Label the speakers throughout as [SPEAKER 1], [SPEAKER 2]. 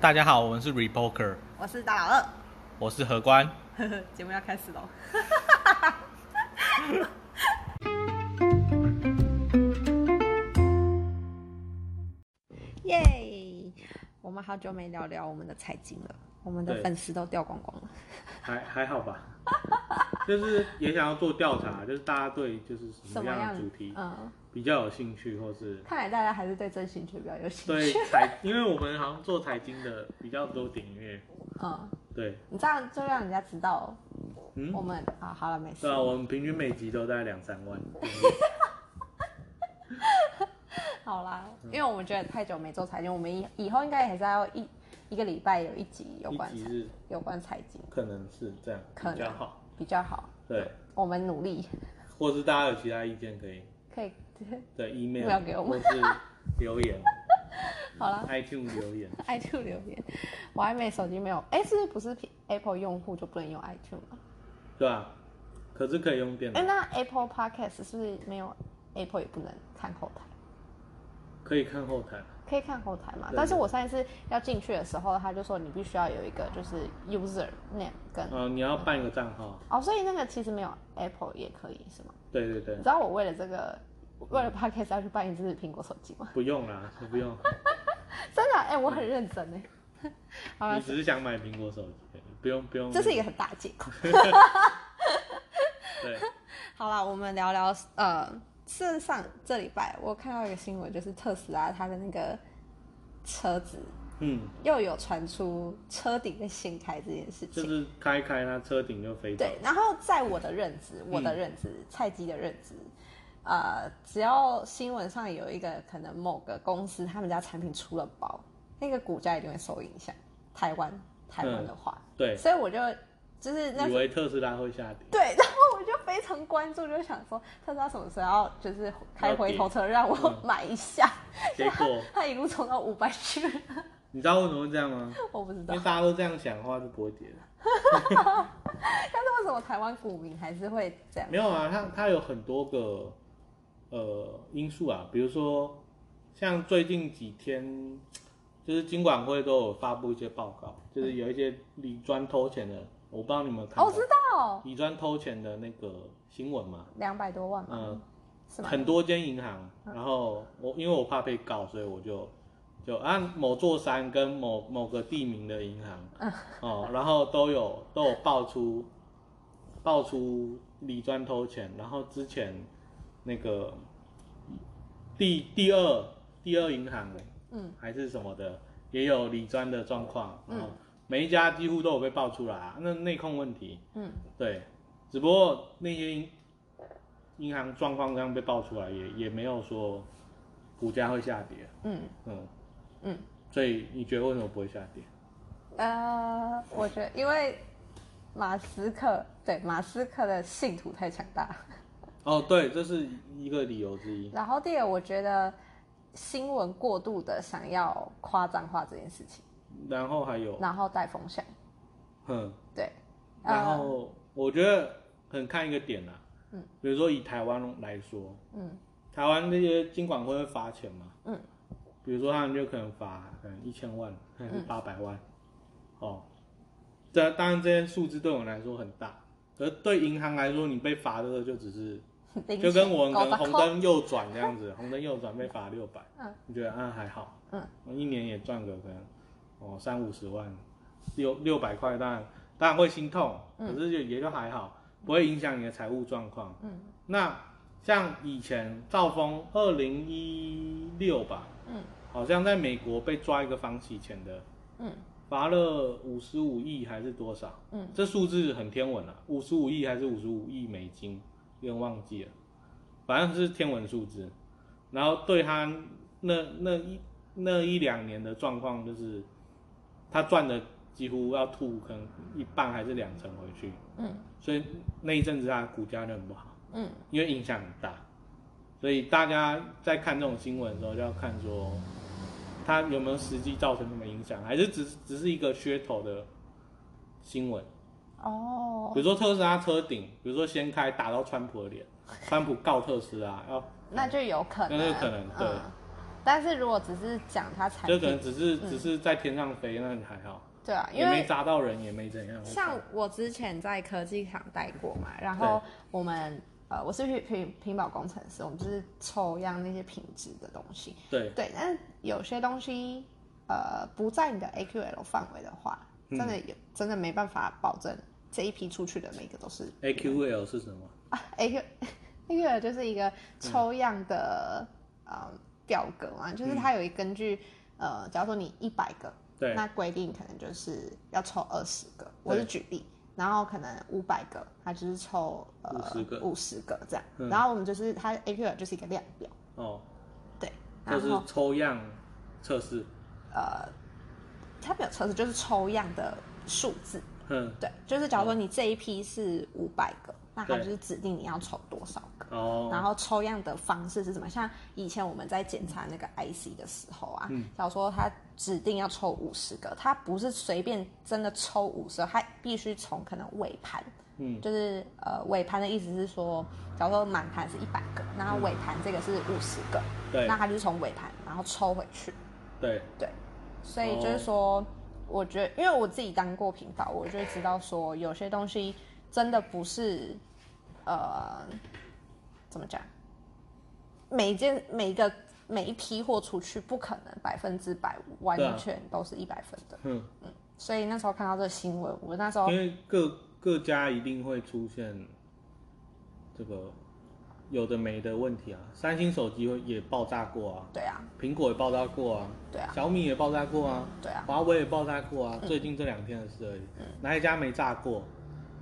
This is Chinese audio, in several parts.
[SPEAKER 1] 大家好，我们是 Repoker，
[SPEAKER 2] 我是大老二
[SPEAKER 1] 我是何官。
[SPEAKER 2] 呵呵， 节目要开始喽。耶！我们好久没聊聊我们的财经了，我们的
[SPEAKER 1] 对
[SPEAKER 2] 粉丝都掉光光了。
[SPEAKER 1] 还还好吧， 就是也想要做调查，就是大家对就是什
[SPEAKER 2] 什
[SPEAKER 1] 么
[SPEAKER 2] 么
[SPEAKER 1] 样
[SPEAKER 2] 样
[SPEAKER 1] 的主题
[SPEAKER 2] 嗯，
[SPEAKER 1] 比较有兴趣，或 是
[SPEAKER 2] 看来大家还是对真兴趣比较有兴
[SPEAKER 1] 对
[SPEAKER 2] 趣。
[SPEAKER 1] 财，因为我们好像做财经的比较多点阅，
[SPEAKER 2] 嗯，
[SPEAKER 1] 对，
[SPEAKER 2] 你这样就让人家知道
[SPEAKER 1] 嗯
[SPEAKER 2] 我，们啊，好了，没事
[SPEAKER 1] 对。啊，我们平均每集都大概两三万，
[SPEAKER 2] 好啦，因为我们觉得太久没做财经，我们以以后应该也是要一一个礼拜有一集有
[SPEAKER 1] 一
[SPEAKER 2] 关
[SPEAKER 1] 集是
[SPEAKER 2] 有关财经
[SPEAKER 1] 可能是这样
[SPEAKER 2] 可能
[SPEAKER 1] 比较好，
[SPEAKER 2] 比较好。
[SPEAKER 1] 对，
[SPEAKER 2] 我们努力，
[SPEAKER 1] 或是大家有其他意见可以
[SPEAKER 2] 可以。
[SPEAKER 1] 对
[SPEAKER 2] 不要
[SPEAKER 1] email
[SPEAKER 2] 给我
[SPEAKER 1] 或
[SPEAKER 2] 们
[SPEAKER 1] 是留 言
[SPEAKER 2] 好了
[SPEAKER 1] iTunes 留言，
[SPEAKER 2] ，iTune 留言，我还没手机没有，哎、是不是 P- Apple 用户就不能用 iTune 了？
[SPEAKER 1] 对吧？可是可以用电脑
[SPEAKER 2] 哎、。那 Apple Podcast 是不是没有 Apple 也不能看后台？
[SPEAKER 1] 可以看后台，
[SPEAKER 2] 可以看后台嘛
[SPEAKER 1] 对？
[SPEAKER 2] 但是我上一次要进去的时候，他就说你必须要有一个就是 user name 跟、
[SPEAKER 1] 呃，你要办一个账号，
[SPEAKER 2] 哦，所以那个其实没有 Apple 也可以是吗？
[SPEAKER 1] 对对对
[SPEAKER 2] 你，知道我为了这个，为了 podcast 要去办一只苹果手机吗？
[SPEAKER 1] 不用啦，不用，
[SPEAKER 2] 真的啊，哎、我很认真哎。 好
[SPEAKER 1] 嗯你
[SPEAKER 2] 了，
[SPEAKER 1] 只是想买苹果手机，不用不用，
[SPEAKER 2] 这是一个很大的借口。
[SPEAKER 1] 对，
[SPEAKER 2] 好了，我们聊聊呃，事实上这礼拜我看到一个新闻，就是特斯拉它的那个车子
[SPEAKER 1] 嗯，
[SPEAKER 2] 又有传出车顶被掀开这件事
[SPEAKER 1] 就
[SPEAKER 2] 情。
[SPEAKER 1] 是开开它车顶就飞走，
[SPEAKER 2] 对，然后在我的认知，我的认知，菜鸡的认知，呃，只要新闻上有一个可能某个公司他们家产品出了包，那个股价一定会受影响。台湾，台湾的话，
[SPEAKER 1] 嗯对，
[SPEAKER 2] 所以我就就是那
[SPEAKER 1] 以为特斯拉会下跌，
[SPEAKER 2] 对，然后我就非常关注，就想说特斯拉什么时候要就是开回头车让我
[SPEAKER 1] 嗯
[SPEAKER 2] 买一下，
[SPEAKER 1] 结果
[SPEAKER 2] 它一路冲到五百去，
[SPEAKER 1] 你知道为什么会这样吗？
[SPEAKER 2] 我不知
[SPEAKER 1] 因
[SPEAKER 2] 道
[SPEAKER 1] 为。大家都这样想的话就不会跌了，
[SPEAKER 2] 但是为什么台湾股民还是会这样？
[SPEAKER 1] 没有啊，它它有很多个呃因素啊，比如说像最近几天。就是金管会都有发布一些报告，就是有一些理专偷钱的，我不知道你们有看
[SPEAKER 2] 嗯
[SPEAKER 1] 到
[SPEAKER 2] 哦，我知道，
[SPEAKER 1] 以专偷钱的那个新闻嘛，
[SPEAKER 2] 两百多万嘛，
[SPEAKER 1] 嗯、
[SPEAKER 2] 是吗？嗯
[SPEAKER 1] 很多间银行，然后我因为我怕被告，所以我就就按某座山跟某某个地名的银
[SPEAKER 2] 嗯
[SPEAKER 1] 行，哦，然后都有都有爆出爆出李专偷钱，然后之前那个第第二第二银行，
[SPEAKER 2] 嗯，
[SPEAKER 1] 还是什么的，也有李专的状况，
[SPEAKER 2] 嗯
[SPEAKER 1] 然后每一家几乎都有被爆出来啊，那内控问题，
[SPEAKER 2] 嗯，
[SPEAKER 1] 对，只不过那些银银行状况这样被爆出来也，也没有说股价会下跌，
[SPEAKER 2] 嗯
[SPEAKER 1] 嗯，
[SPEAKER 2] 嗯，
[SPEAKER 1] 所以你觉得为什么不会下跌？
[SPEAKER 2] 呃，我觉得因为马斯克对马斯克的信徒太强大，
[SPEAKER 1] 哦，对，这是一个理由之一。
[SPEAKER 2] 然后第二，我觉得新闻过度的想要夸张化这件事情，
[SPEAKER 1] 然后还有，
[SPEAKER 2] 然后带风向，
[SPEAKER 1] 嗯，
[SPEAKER 2] 对，
[SPEAKER 1] 然
[SPEAKER 2] 呃，
[SPEAKER 1] 后我觉得很看一个点啦、
[SPEAKER 2] 嗯，
[SPEAKER 1] 比如说以台湾来说，
[SPEAKER 2] 嗯
[SPEAKER 1] 台湾那些金管会会罚钱嘛，
[SPEAKER 2] 嗯，
[SPEAKER 1] 比如说他们就可能罚可能一千万，可能 八百万，哦，这当然这些数字对我们来说很大，可是对银行来说，你被罚的就只是
[SPEAKER 2] 零
[SPEAKER 1] 就跟我们可
[SPEAKER 2] 钱
[SPEAKER 1] 能红
[SPEAKER 2] 狗杂扣
[SPEAKER 1] 灯右转这样子，红灯右转被罚六百，
[SPEAKER 2] 嗯，
[SPEAKER 1] 你觉得啊还好，
[SPEAKER 2] 嗯，
[SPEAKER 1] 一年也赚个可能哦三五十万，六六百块，当然当然会心痛，可是就也就还好，不会影响你的财务状况。
[SPEAKER 2] 嗯
[SPEAKER 1] 那像以前赵峰二零一六吧，
[SPEAKER 2] 嗯
[SPEAKER 1] 好像在美国被抓一个房洗钱的，
[SPEAKER 2] 嗯
[SPEAKER 1] 罚了五十五亿还是多少？
[SPEAKER 2] 嗯，
[SPEAKER 1] 这数字很天文啊，五十五亿还是五十五亿美金，有点忘记了，反正是天文数字。然后对他那那一那一两年的状况，就是他赚的几乎要吐，可能一半还是两成回去，
[SPEAKER 2] 嗯
[SPEAKER 1] 所以那一阵子他的股价就很不好。
[SPEAKER 2] 嗯
[SPEAKER 1] 因为影响很大，所以大家在看这种新闻的时候，就要看说它有没有实际造成什么影响，还是只只是一个噱头的新闻。
[SPEAKER 2] 哦，
[SPEAKER 1] 比如说特斯拉车顶，比如说掀开 打到川普的脸，川普告特斯拉，要哦
[SPEAKER 2] 那就有可
[SPEAKER 1] 那
[SPEAKER 2] 能，
[SPEAKER 1] 就可能对
[SPEAKER 2] 嗯但是如果只是讲它产
[SPEAKER 1] 就可能
[SPEAKER 2] 品，
[SPEAKER 1] 只是、
[SPEAKER 2] 嗯
[SPEAKER 1] 只是在天上飞，那你还好，
[SPEAKER 2] 对啊，
[SPEAKER 1] 也
[SPEAKER 2] 因
[SPEAKER 1] 没
[SPEAKER 2] 为
[SPEAKER 1] 砸到人，也没怎样。
[SPEAKER 2] 像我之前在科技厂待过嘛，
[SPEAKER 1] 嗯
[SPEAKER 2] 然后我们呃，我是平平屏保工程师，我们就是抽样那些品质的东西，
[SPEAKER 1] 对，
[SPEAKER 2] 对，但是有些东西呃不在你的 AQL 范围的话，
[SPEAKER 1] 嗯
[SPEAKER 2] 真的有、真的没办法保证这一批出去的每个都是
[SPEAKER 1] AQL 是什么？
[SPEAKER 2] 啊 AQ AQL 就是一
[SPEAKER 1] 嗯
[SPEAKER 2] 个抽样的、呃表格嘛，就是它有一根据、呃，假如说你一百个，
[SPEAKER 1] 嗯对
[SPEAKER 2] 那规定可能就是要抽二十个，我是举例，然后可能五百个，它就是抽呃
[SPEAKER 1] 50个
[SPEAKER 2] 五十个这样，
[SPEAKER 1] 嗯
[SPEAKER 2] 然后我们就是它 AQL 就是一个量表，
[SPEAKER 1] 哦，
[SPEAKER 2] 对，然
[SPEAKER 1] 就
[SPEAKER 2] 后
[SPEAKER 1] 是抽样测试，
[SPEAKER 2] 呃，它没有测试，就是抽样的数字。
[SPEAKER 1] 嗯，
[SPEAKER 2] 对，就是假如说你这一批是五百个，那它
[SPEAKER 1] 对
[SPEAKER 2] 就是指定你要抽多少个。然
[SPEAKER 1] 哦，
[SPEAKER 2] 后抽样的方式是什么？像以前我们在检查那个 IC 的时候啊，
[SPEAKER 1] 嗯
[SPEAKER 2] 假如说他指定要抽五十个，他不是随便真的抽五十，他必须从可能尾盘，
[SPEAKER 1] 嗯，
[SPEAKER 2] 就是呃尾盘的意思是说，假如说满盘是一百个，然后尾盘这个是五十个，
[SPEAKER 1] 嗯对
[SPEAKER 2] 那他就是从尾盘然后抽回去。
[SPEAKER 1] 对，
[SPEAKER 2] 对，所以就是
[SPEAKER 1] 哦
[SPEAKER 2] 说，我觉得，因为我自己当过屏保，我就知道说，有些东西真的不是，呃，怎么讲，每一件每一个每一批货出去，不可能百分之百完
[SPEAKER 1] 对啊
[SPEAKER 2] 全都是一百分的。
[SPEAKER 1] 嗯，
[SPEAKER 2] 所以那时候看到这个新闻，我那时候
[SPEAKER 1] 因为各各家一定会出现这个有的没的问题啊，三星手机会也爆炸过啊，
[SPEAKER 2] 对啊，
[SPEAKER 1] 苹果也爆炸过啊，
[SPEAKER 2] 对啊，
[SPEAKER 1] 小米也爆炸过啊，
[SPEAKER 2] 对啊，嗯
[SPEAKER 1] 华为也爆炸过啊，最近这两天的事而已，哪一家没炸过？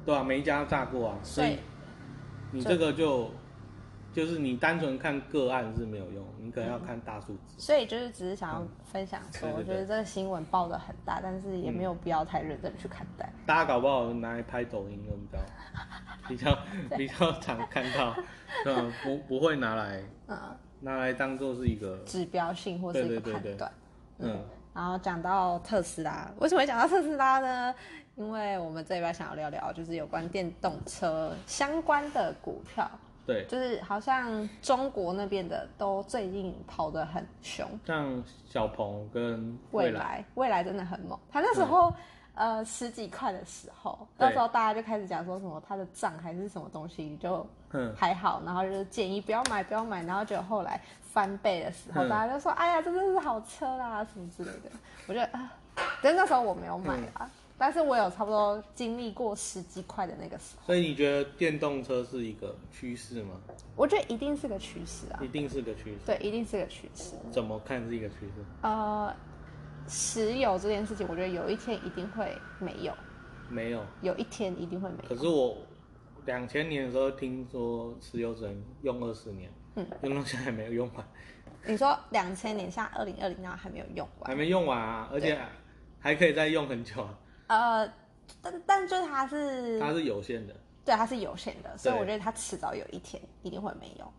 [SPEAKER 1] 对吧、啊？每一家炸过啊，所
[SPEAKER 2] 所以
[SPEAKER 1] 以你这个就就是你单纯看个案是没有用，你可能
[SPEAKER 2] 嗯
[SPEAKER 1] 要看大数字。
[SPEAKER 2] 所以就是只是想要分享说，
[SPEAKER 1] 对对
[SPEAKER 2] 我觉得这个新闻报的很大，但是也没有必要太认真去看待。
[SPEAKER 1] 大家搞不好拿来拍抖音 都比较比较比较常看到，嗯，不不会拿来
[SPEAKER 2] 嗯，
[SPEAKER 1] 拿来当做是一个
[SPEAKER 2] 指标性或是一
[SPEAKER 1] 对
[SPEAKER 2] 个
[SPEAKER 1] 对对
[SPEAKER 2] 判
[SPEAKER 1] 对
[SPEAKER 2] 断。
[SPEAKER 1] 嗯
[SPEAKER 2] 然后讲到特斯拉，为什么会讲到特斯拉呢？因为我们这一边想要聊聊，就是有关电动车相关的股票，
[SPEAKER 1] 对，
[SPEAKER 2] 就是好像中国那边的都最近跑得很凶，
[SPEAKER 1] 像小鹏跟
[SPEAKER 2] 未
[SPEAKER 1] 蔚来，
[SPEAKER 2] 来未来真的很猛。它那时候呃十几块的时候，那
[SPEAKER 1] 对
[SPEAKER 2] 时候大家就开始讲说什么它的涨还是什么东西，就
[SPEAKER 1] 嗯，
[SPEAKER 2] 还好，然后就是建议不要买，不要买，然后就后来翻倍的时候，
[SPEAKER 1] 嗯
[SPEAKER 2] 大家就说：“哎呀，这真是好车啦，什么之类的。” 我觉得啊，但是那时候我没有买啦，但是我有差不多经历过十几块的那个时候，
[SPEAKER 1] 所以你觉得电动车是一个趋势吗？
[SPEAKER 2] 我觉得一定是个趋势啊
[SPEAKER 1] 一，定是个趋势，
[SPEAKER 2] 对，一定是个趋势。
[SPEAKER 1] 怎么看是一个趋势？
[SPEAKER 2] 呃，石油这件事情，我觉得有一天一定会没有，
[SPEAKER 1] 没有，
[SPEAKER 2] 有一天一定会没
[SPEAKER 1] 可
[SPEAKER 2] 有。
[SPEAKER 1] 是我两千年的时候听说石油只能用二十年，
[SPEAKER 2] 嗯，
[SPEAKER 1] 用到现在还没有用完，
[SPEAKER 2] 你说两千年下二零二零，然后还没有用完
[SPEAKER 1] 还，没用完啊，而且还可以再用很久啊，
[SPEAKER 2] 呃，但但就是它是
[SPEAKER 1] 它是有限的。
[SPEAKER 2] 对，它是有限的，所以
[SPEAKER 1] 对
[SPEAKER 2] 我觉得它迟早有一天一定会没有。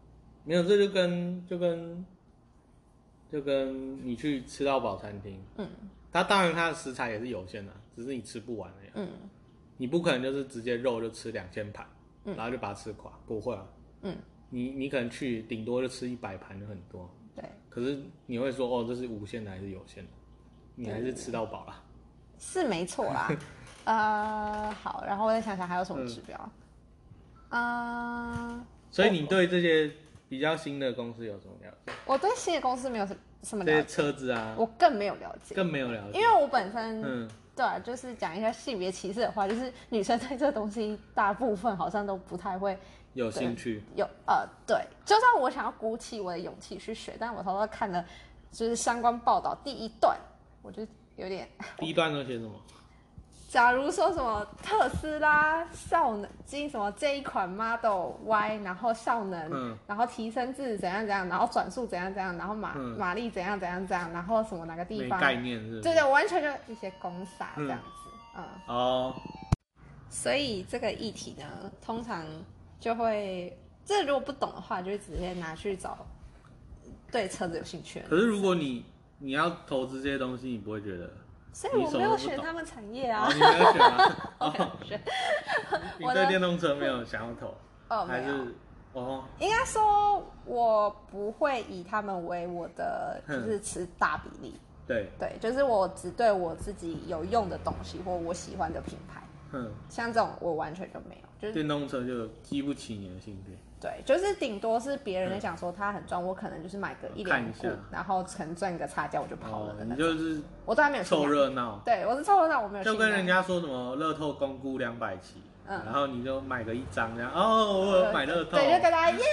[SPEAKER 1] 没有，这就跟就跟就跟你去吃到饱餐厅，
[SPEAKER 2] 嗯
[SPEAKER 1] 它当然它的食材也是有限的，只是你吃不完而已。啊
[SPEAKER 2] 嗯
[SPEAKER 1] 你不可能就是直接肉就吃两千盘，然后就把它吃垮，不会啊。
[SPEAKER 2] 嗯，
[SPEAKER 1] 你你可能去顶多就吃一百盘就很多，
[SPEAKER 2] 对，
[SPEAKER 1] 可是你会说哦，这是无限的还是有限的？你还是吃到饱啦。
[SPEAKER 2] 是没错 啦。呃，好，然后我再想想还有什么指标。嗯、
[SPEAKER 1] 所以你对这些比较新的公司有什么了解？
[SPEAKER 2] 我对新的公司没有什什么
[SPEAKER 1] 这
[SPEAKER 2] 了
[SPEAKER 1] 些
[SPEAKER 2] 解，
[SPEAKER 1] 车子啊，
[SPEAKER 2] 我更没有了解，
[SPEAKER 1] 更没有了解
[SPEAKER 2] 因。为我本身、
[SPEAKER 1] 嗯，
[SPEAKER 2] 对啊、就是讲一下性别歧视的话，就是女生对这东西大部分好像都不太会
[SPEAKER 1] 有兴趣。
[SPEAKER 2] 有呃，对，就算我想要鼓起我的勇气去学，但我偷偷看了就是相关报道第一段，我就有点
[SPEAKER 1] 第一段都写什么？
[SPEAKER 2] 假如说什么特斯拉效能经什么这一款 Model Y，然后效能，
[SPEAKER 1] 嗯
[SPEAKER 2] 然后提升至怎样怎样，然后转速怎样怎样，然后马、
[SPEAKER 1] 嗯
[SPEAKER 2] 马力怎样怎样怎样，然后什么哪个地
[SPEAKER 1] 没
[SPEAKER 2] 方，
[SPEAKER 1] 概念是不是？
[SPEAKER 2] 对对，完全就一些公傻这样子，嗯
[SPEAKER 1] 哦，
[SPEAKER 2] 所以这个议题呢，通常就会，这如果不懂的话，就会直接拿去找对车子有兴趣的人
[SPEAKER 1] 可是如果你你要投资这些东西，你不会觉得
[SPEAKER 2] 所以我没有
[SPEAKER 1] 你什么都不
[SPEAKER 2] 选
[SPEAKER 1] 懂
[SPEAKER 2] 他们产业啊
[SPEAKER 1] 啊？，你没有选吗？
[SPEAKER 2] 我没
[SPEAKER 1] 哦
[SPEAKER 2] 有选，
[SPEAKER 1] 你
[SPEAKER 2] 我
[SPEAKER 1] 对
[SPEAKER 2] 的
[SPEAKER 1] 电动车没有想要投，
[SPEAKER 2] 哦，
[SPEAKER 1] 还
[SPEAKER 2] 没有。
[SPEAKER 1] 是哦，
[SPEAKER 2] 应该说，我不会以他们为我的就
[SPEAKER 1] 哼
[SPEAKER 2] 是持大比例，
[SPEAKER 1] 对，
[SPEAKER 2] 对，就是我只对我自己有用的东西或我喜欢的品牌，
[SPEAKER 1] 哼，
[SPEAKER 2] 像这种我完全就没有，就是
[SPEAKER 1] 电动车就激不起你的兴趣。
[SPEAKER 2] 对，就是顶多是别人在讲说它很赚，我可能就是买个一两股
[SPEAKER 1] 看一下，
[SPEAKER 2] 然后可能赚个差价我就跑
[SPEAKER 1] 哦
[SPEAKER 2] 了，的
[SPEAKER 1] 你
[SPEAKER 2] 那种，
[SPEAKER 1] 就是
[SPEAKER 2] 我都还没有
[SPEAKER 1] 凑
[SPEAKER 2] 兴趣
[SPEAKER 1] 热闹，
[SPEAKER 2] 对我是凑热闹，我没有
[SPEAKER 1] 就
[SPEAKER 2] 兴
[SPEAKER 1] 跟
[SPEAKER 2] 趣
[SPEAKER 1] 人家说什么乐透公估两百期，
[SPEAKER 2] 嗯
[SPEAKER 1] 然后你就买个一张这样，哦，我有买乐透，
[SPEAKER 2] 对，就跟大家耶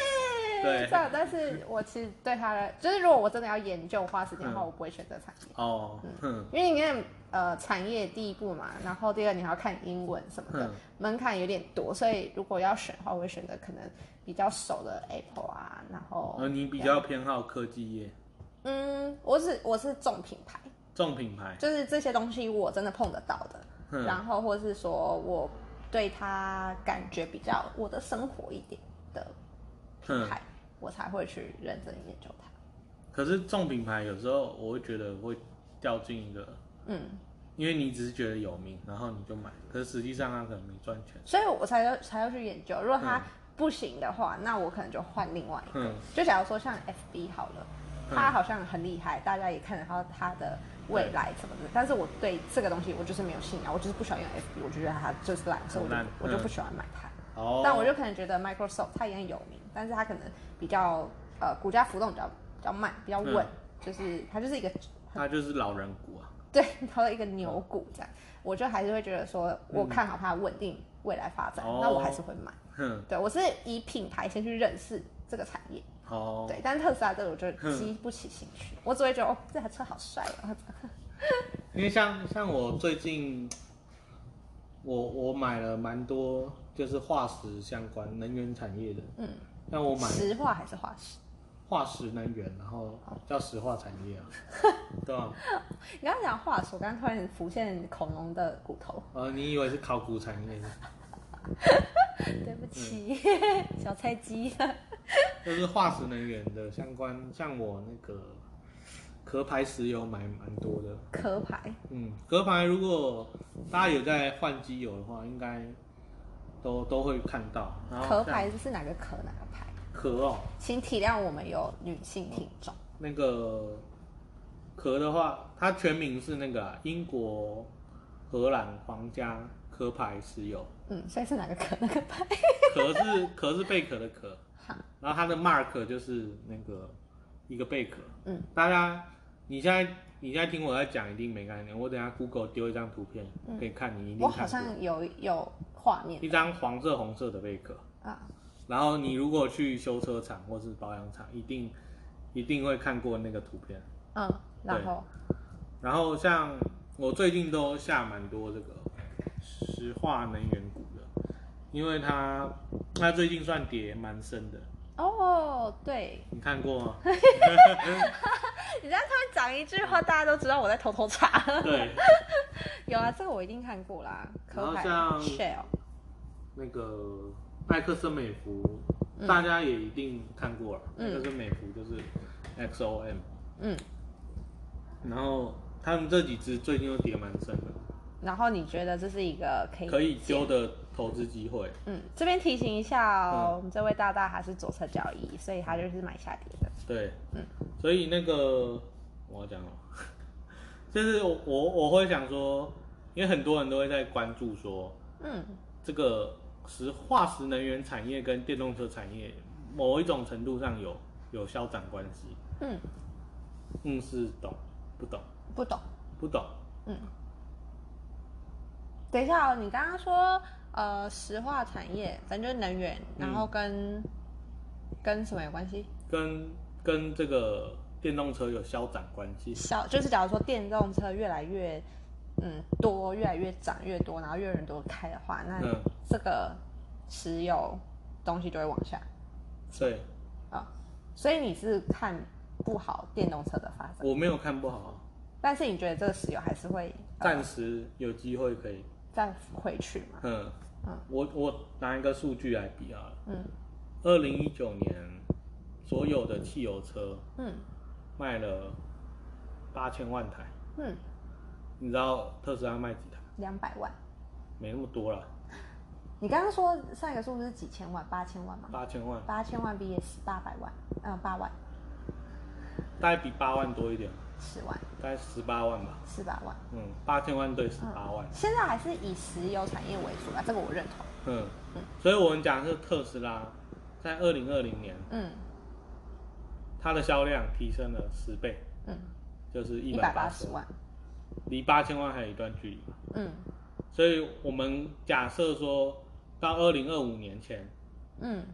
[SPEAKER 1] 对
[SPEAKER 2] 这样。但是我其实对他的，就是如果我真的要研究花时间的话，
[SPEAKER 1] 嗯
[SPEAKER 2] 我不会选择产业，
[SPEAKER 1] 哦，哼，
[SPEAKER 2] 因为你看呃产业第一步嘛，然后第二你还要看英文什么的
[SPEAKER 1] 嗯，
[SPEAKER 2] 门槛有点多，所以如果要选的话，我会选择可能比较熟的 Apple 啊，然后
[SPEAKER 1] 呃，你比较偏好科技业，
[SPEAKER 2] 嗯，我是我是重品牌，
[SPEAKER 1] 重品牌，
[SPEAKER 2] 就是这些东西我真的碰得到的，
[SPEAKER 1] 哼，
[SPEAKER 2] 然后或是说我对它感觉比较我的生活一点的品
[SPEAKER 1] 哼。
[SPEAKER 2] 牌，我才会去认真研究它。
[SPEAKER 1] 可是重品牌有时候我会觉得会掉进一个，
[SPEAKER 2] 嗯，
[SPEAKER 1] 因为你只是觉得有名，然后你就买，可是实际上它可能没赚钱。
[SPEAKER 2] 所以我才要才要去研究。如果它不行的话，那我可能就换另外一个。
[SPEAKER 1] 嗯
[SPEAKER 2] 就假如说像 FB 好了，
[SPEAKER 1] 嗯
[SPEAKER 2] 它好像很厉害，大家也看得到它的未来什么的。但是我对这个东西我就是没有信仰，我就是不喜欢用 FB，我就觉得它就是烂，所以我就
[SPEAKER 1] 很烂
[SPEAKER 2] 我就
[SPEAKER 1] 嗯
[SPEAKER 2] 不喜欢买它。
[SPEAKER 1] 哦，
[SPEAKER 2] 但我就可能觉得 Microsoft 它也很有名，但是它可能比较呃股价浮动比较比较慢，比较稳，
[SPEAKER 1] 嗯
[SPEAKER 2] 就是它就是一个
[SPEAKER 1] 它就是老人股啊，
[SPEAKER 2] 对，它的一个牛股这样，我就还是会觉得说，我看好它稳定未来发展，
[SPEAKER 1] 哦
[SPEAKER 2] 那我还是会买。
[SPEAKER 1] 哼，
[SPEAKER 2] 对我是以品牌先去认识这个产业，
[SPEAKER 1] 哦，嗯
[SPEAKER 2] 对，但是特斯拉这个我就
[SPEAKER 1] 哼
[SPEAKER 2] 激不起兴趣，我只会觉得哦，这台车好帅哦，
[SPEAKER 1] 因为像像我最近，我我买了蛮多就是化石相关能源产业的，
[SPEAKER 2] 嗯，
[SPEAKER 1] 像我买
[SPEAKER 2] 石化还是化石？
[SPEAKER 1] 化石能源，然后叫石化产业 啊，对吧、
[SPEAKER 2] 你刚刚讲化石，我刚刚突然浮现恐龙的骨头，
[SPEAKER 1] 呃，你以为是考古产业，嗯
[SPEAKER 2] 对不起， 小菜鸡。
[SPEAKER 1] 就是化石能源的相关，像我那个壳牌石油买蛮多的，
[SPEAKER 2] 壳牌，
[SPEAKER 1] 嗯，壳牌如果大家有在换机油的话，应该都都会看到，然后
[SPEAKER 2] 壳
[SPEAKER 1] 像
[SPEAKER 2] 牌是哪个壳哪个牌？
[SPEAKER 1] 壳哦。
[SPEAKER 2] 请体谅我们有女性听众。
[SPEAKER 1] 那个壳的话，它全名是那个啊、英国荷兰皇家壳牌石油，
[SPEAKER 2] 嗯，所以是哪个壳哪个牌？
[SPEAKER 1] 壳是壳是贝壳的壳，然后它的 mark 就是那个一个贝壳。
[SPEAKER 2] 嗯，
[SPEAKER 1] 大家你现在你现在听我在讲，一定没概念。我等一下 Google 丢一张图片、可以看，你一
[SPEAKER 2] 嗯
[SPEAKER 1] 定
[SPEAKER 2] 我好
[SPEAKER 1] 看过。
[SPEAKER 2] 像有有画面
[SPEAKER 1] 一张黄色红色的贝壳，
[SPEAKER 2] 啊，
[SPEAKER 1] 然后你如果去修车厂或是保养厂，一定一定会看过那个图片。
[SPEAKER 2] 嗯，然后
[SPEAKER 1] 然后像我最近都下蛮多这个石化能源股的，因为它它最近算跌蛮深的，
[SPEAKER 2] 哦，对，
[SPEAKER 1] 你看过 吗？
[SPEAKER 2] 你让他们讲一句话，大家都知道我在偷偷查。
[SPEAKER 1] 对，
[SPEAKER 2] 有啊，这个我一定看过啦，壳牌
[SPEAKER 1] 然后像
[SPEAKER 2] Shell，
[SPEAKER 1] 那个埃克森美孚，大家也一定看过了。
[SPEAKER 2] 嗯
[SPEAKER 1] 埃克森美孚就是 XOM，
[SPEAKER 2] 嗯，
[SPEAKER 1] 然后他们这几只最近都跌蛮深的，
[SPEAKER 2] 然后你觉得这是一个可以
[SPEAKER 1] 可以丢的投资机会。
[SPEAKER 2] 嗯，这边提醒一下哦，
[SPEAKER 1] 嗯
[SPEAKER 2] 我们这位大大他是左侧交易，所以他就是买下跌的。
[SPEAKER 1] 对，
[SPEAKER 2] 嗯
[SPEAKER 1] 所以那个我要讲了， 就是我我我会想说，因为很多人都会在关注说
[SPEAKER 2] 嗯
[SPEAKER 1] 这个石化石能源产业跟电动车产业某一种程度上有有消长关系，
[SPEAKER 2] 嗯，
[SPEAKER 1] 嗯，是懂不懂？
[SPEAKER 2] 不懂。嗯
[SPEAKER 1] 不懂，
[SPEAKER 2] 等一下哦，你刚刚说呃，石化产业，反正就是能源，然
[SPEAKER 1] 嗯
[SPEAKER 2] 后跟、跟什么有关系？
[SPEAKER 1] 跟跟这个电动车有消长关系，
[SPEAKER 2] 小就是假如说电动车越来越嗯多，越来越涨越多，然后越来越多开的话，那
[SPEAKER 1] 嗯，
[SPEAKER 2] 这个石油东西就会往下
[SPEAKER 1] 对，
[SPEAKER 2] 啊、所以你是看不好电动车的发展，
[SPEAKER 1] 我没有看不好啊，
[SPEAKER 2] 但是你觉得这个石油还是会、呃、
[SPEAKER 1] 暂时有机会可以
[SPEAKER 2] 再回去吗？
[SPEAKER 1] 嗯
[SPEAKER 2] 嗯，
[SPEAKER 1] 我我拿一个数据来比啊，
[SPEAKER 2] 嗯，
[SPEAKER 1] 二零一九年所有的汽油车
[SPEAKER 2] 嗯
[SPEAKER 1] 卖了八千万台，
[SPEAKER 2] 嗯，
[SPEAKER 1] 你知道特斯拉卖几台？
[SPEAKER 2] 两百万。
[SPEAKER 1] 没那么多啦，
[SPEAKER 2] 你刚刚说上一个数字是几千万，八千万吗？
[SPEAKER 1] 八千万，
[SPEAKER 2] 八千万 VS 八百万，嗯，八万，
[SPEAKER 1] 大概比八万多一点，
[SPEAKER 2] 十万，
[SPEAKER 1] 大概十八万吧。
[SPEAKER 2] 十八万。
[SPEAKER 1] 嗯，八千万对十八万。
[SPEAKER 2] 现在还是以石油产业为主吧，这个我认同。
[SPEAKER 1] 嗯，所以我们讲的是特斯拉，在二零二零年，
[SPEAKER 2] 嗯
[SPEAKER 1] 它的销量提升了十倍，
[SPEAKER 2] 嗯，
[SPEAKER 1] 就是一
[SPEAKER 2] 一
[SPEAKER 1] 百
[SPEAKER 2] 百
[SPEAKER 1] 八
[SPEAKER 2] 八
[SPEAKER 1] 十
[SPEAKER 2] 十，万，
[SPEAKER 1] 离八千万还有一段距离。
[SPEAKER 2] 嗯
[SPEAKER 1] 所以我们假设说到二零二五年前，
[SPEAKER 2] 嗯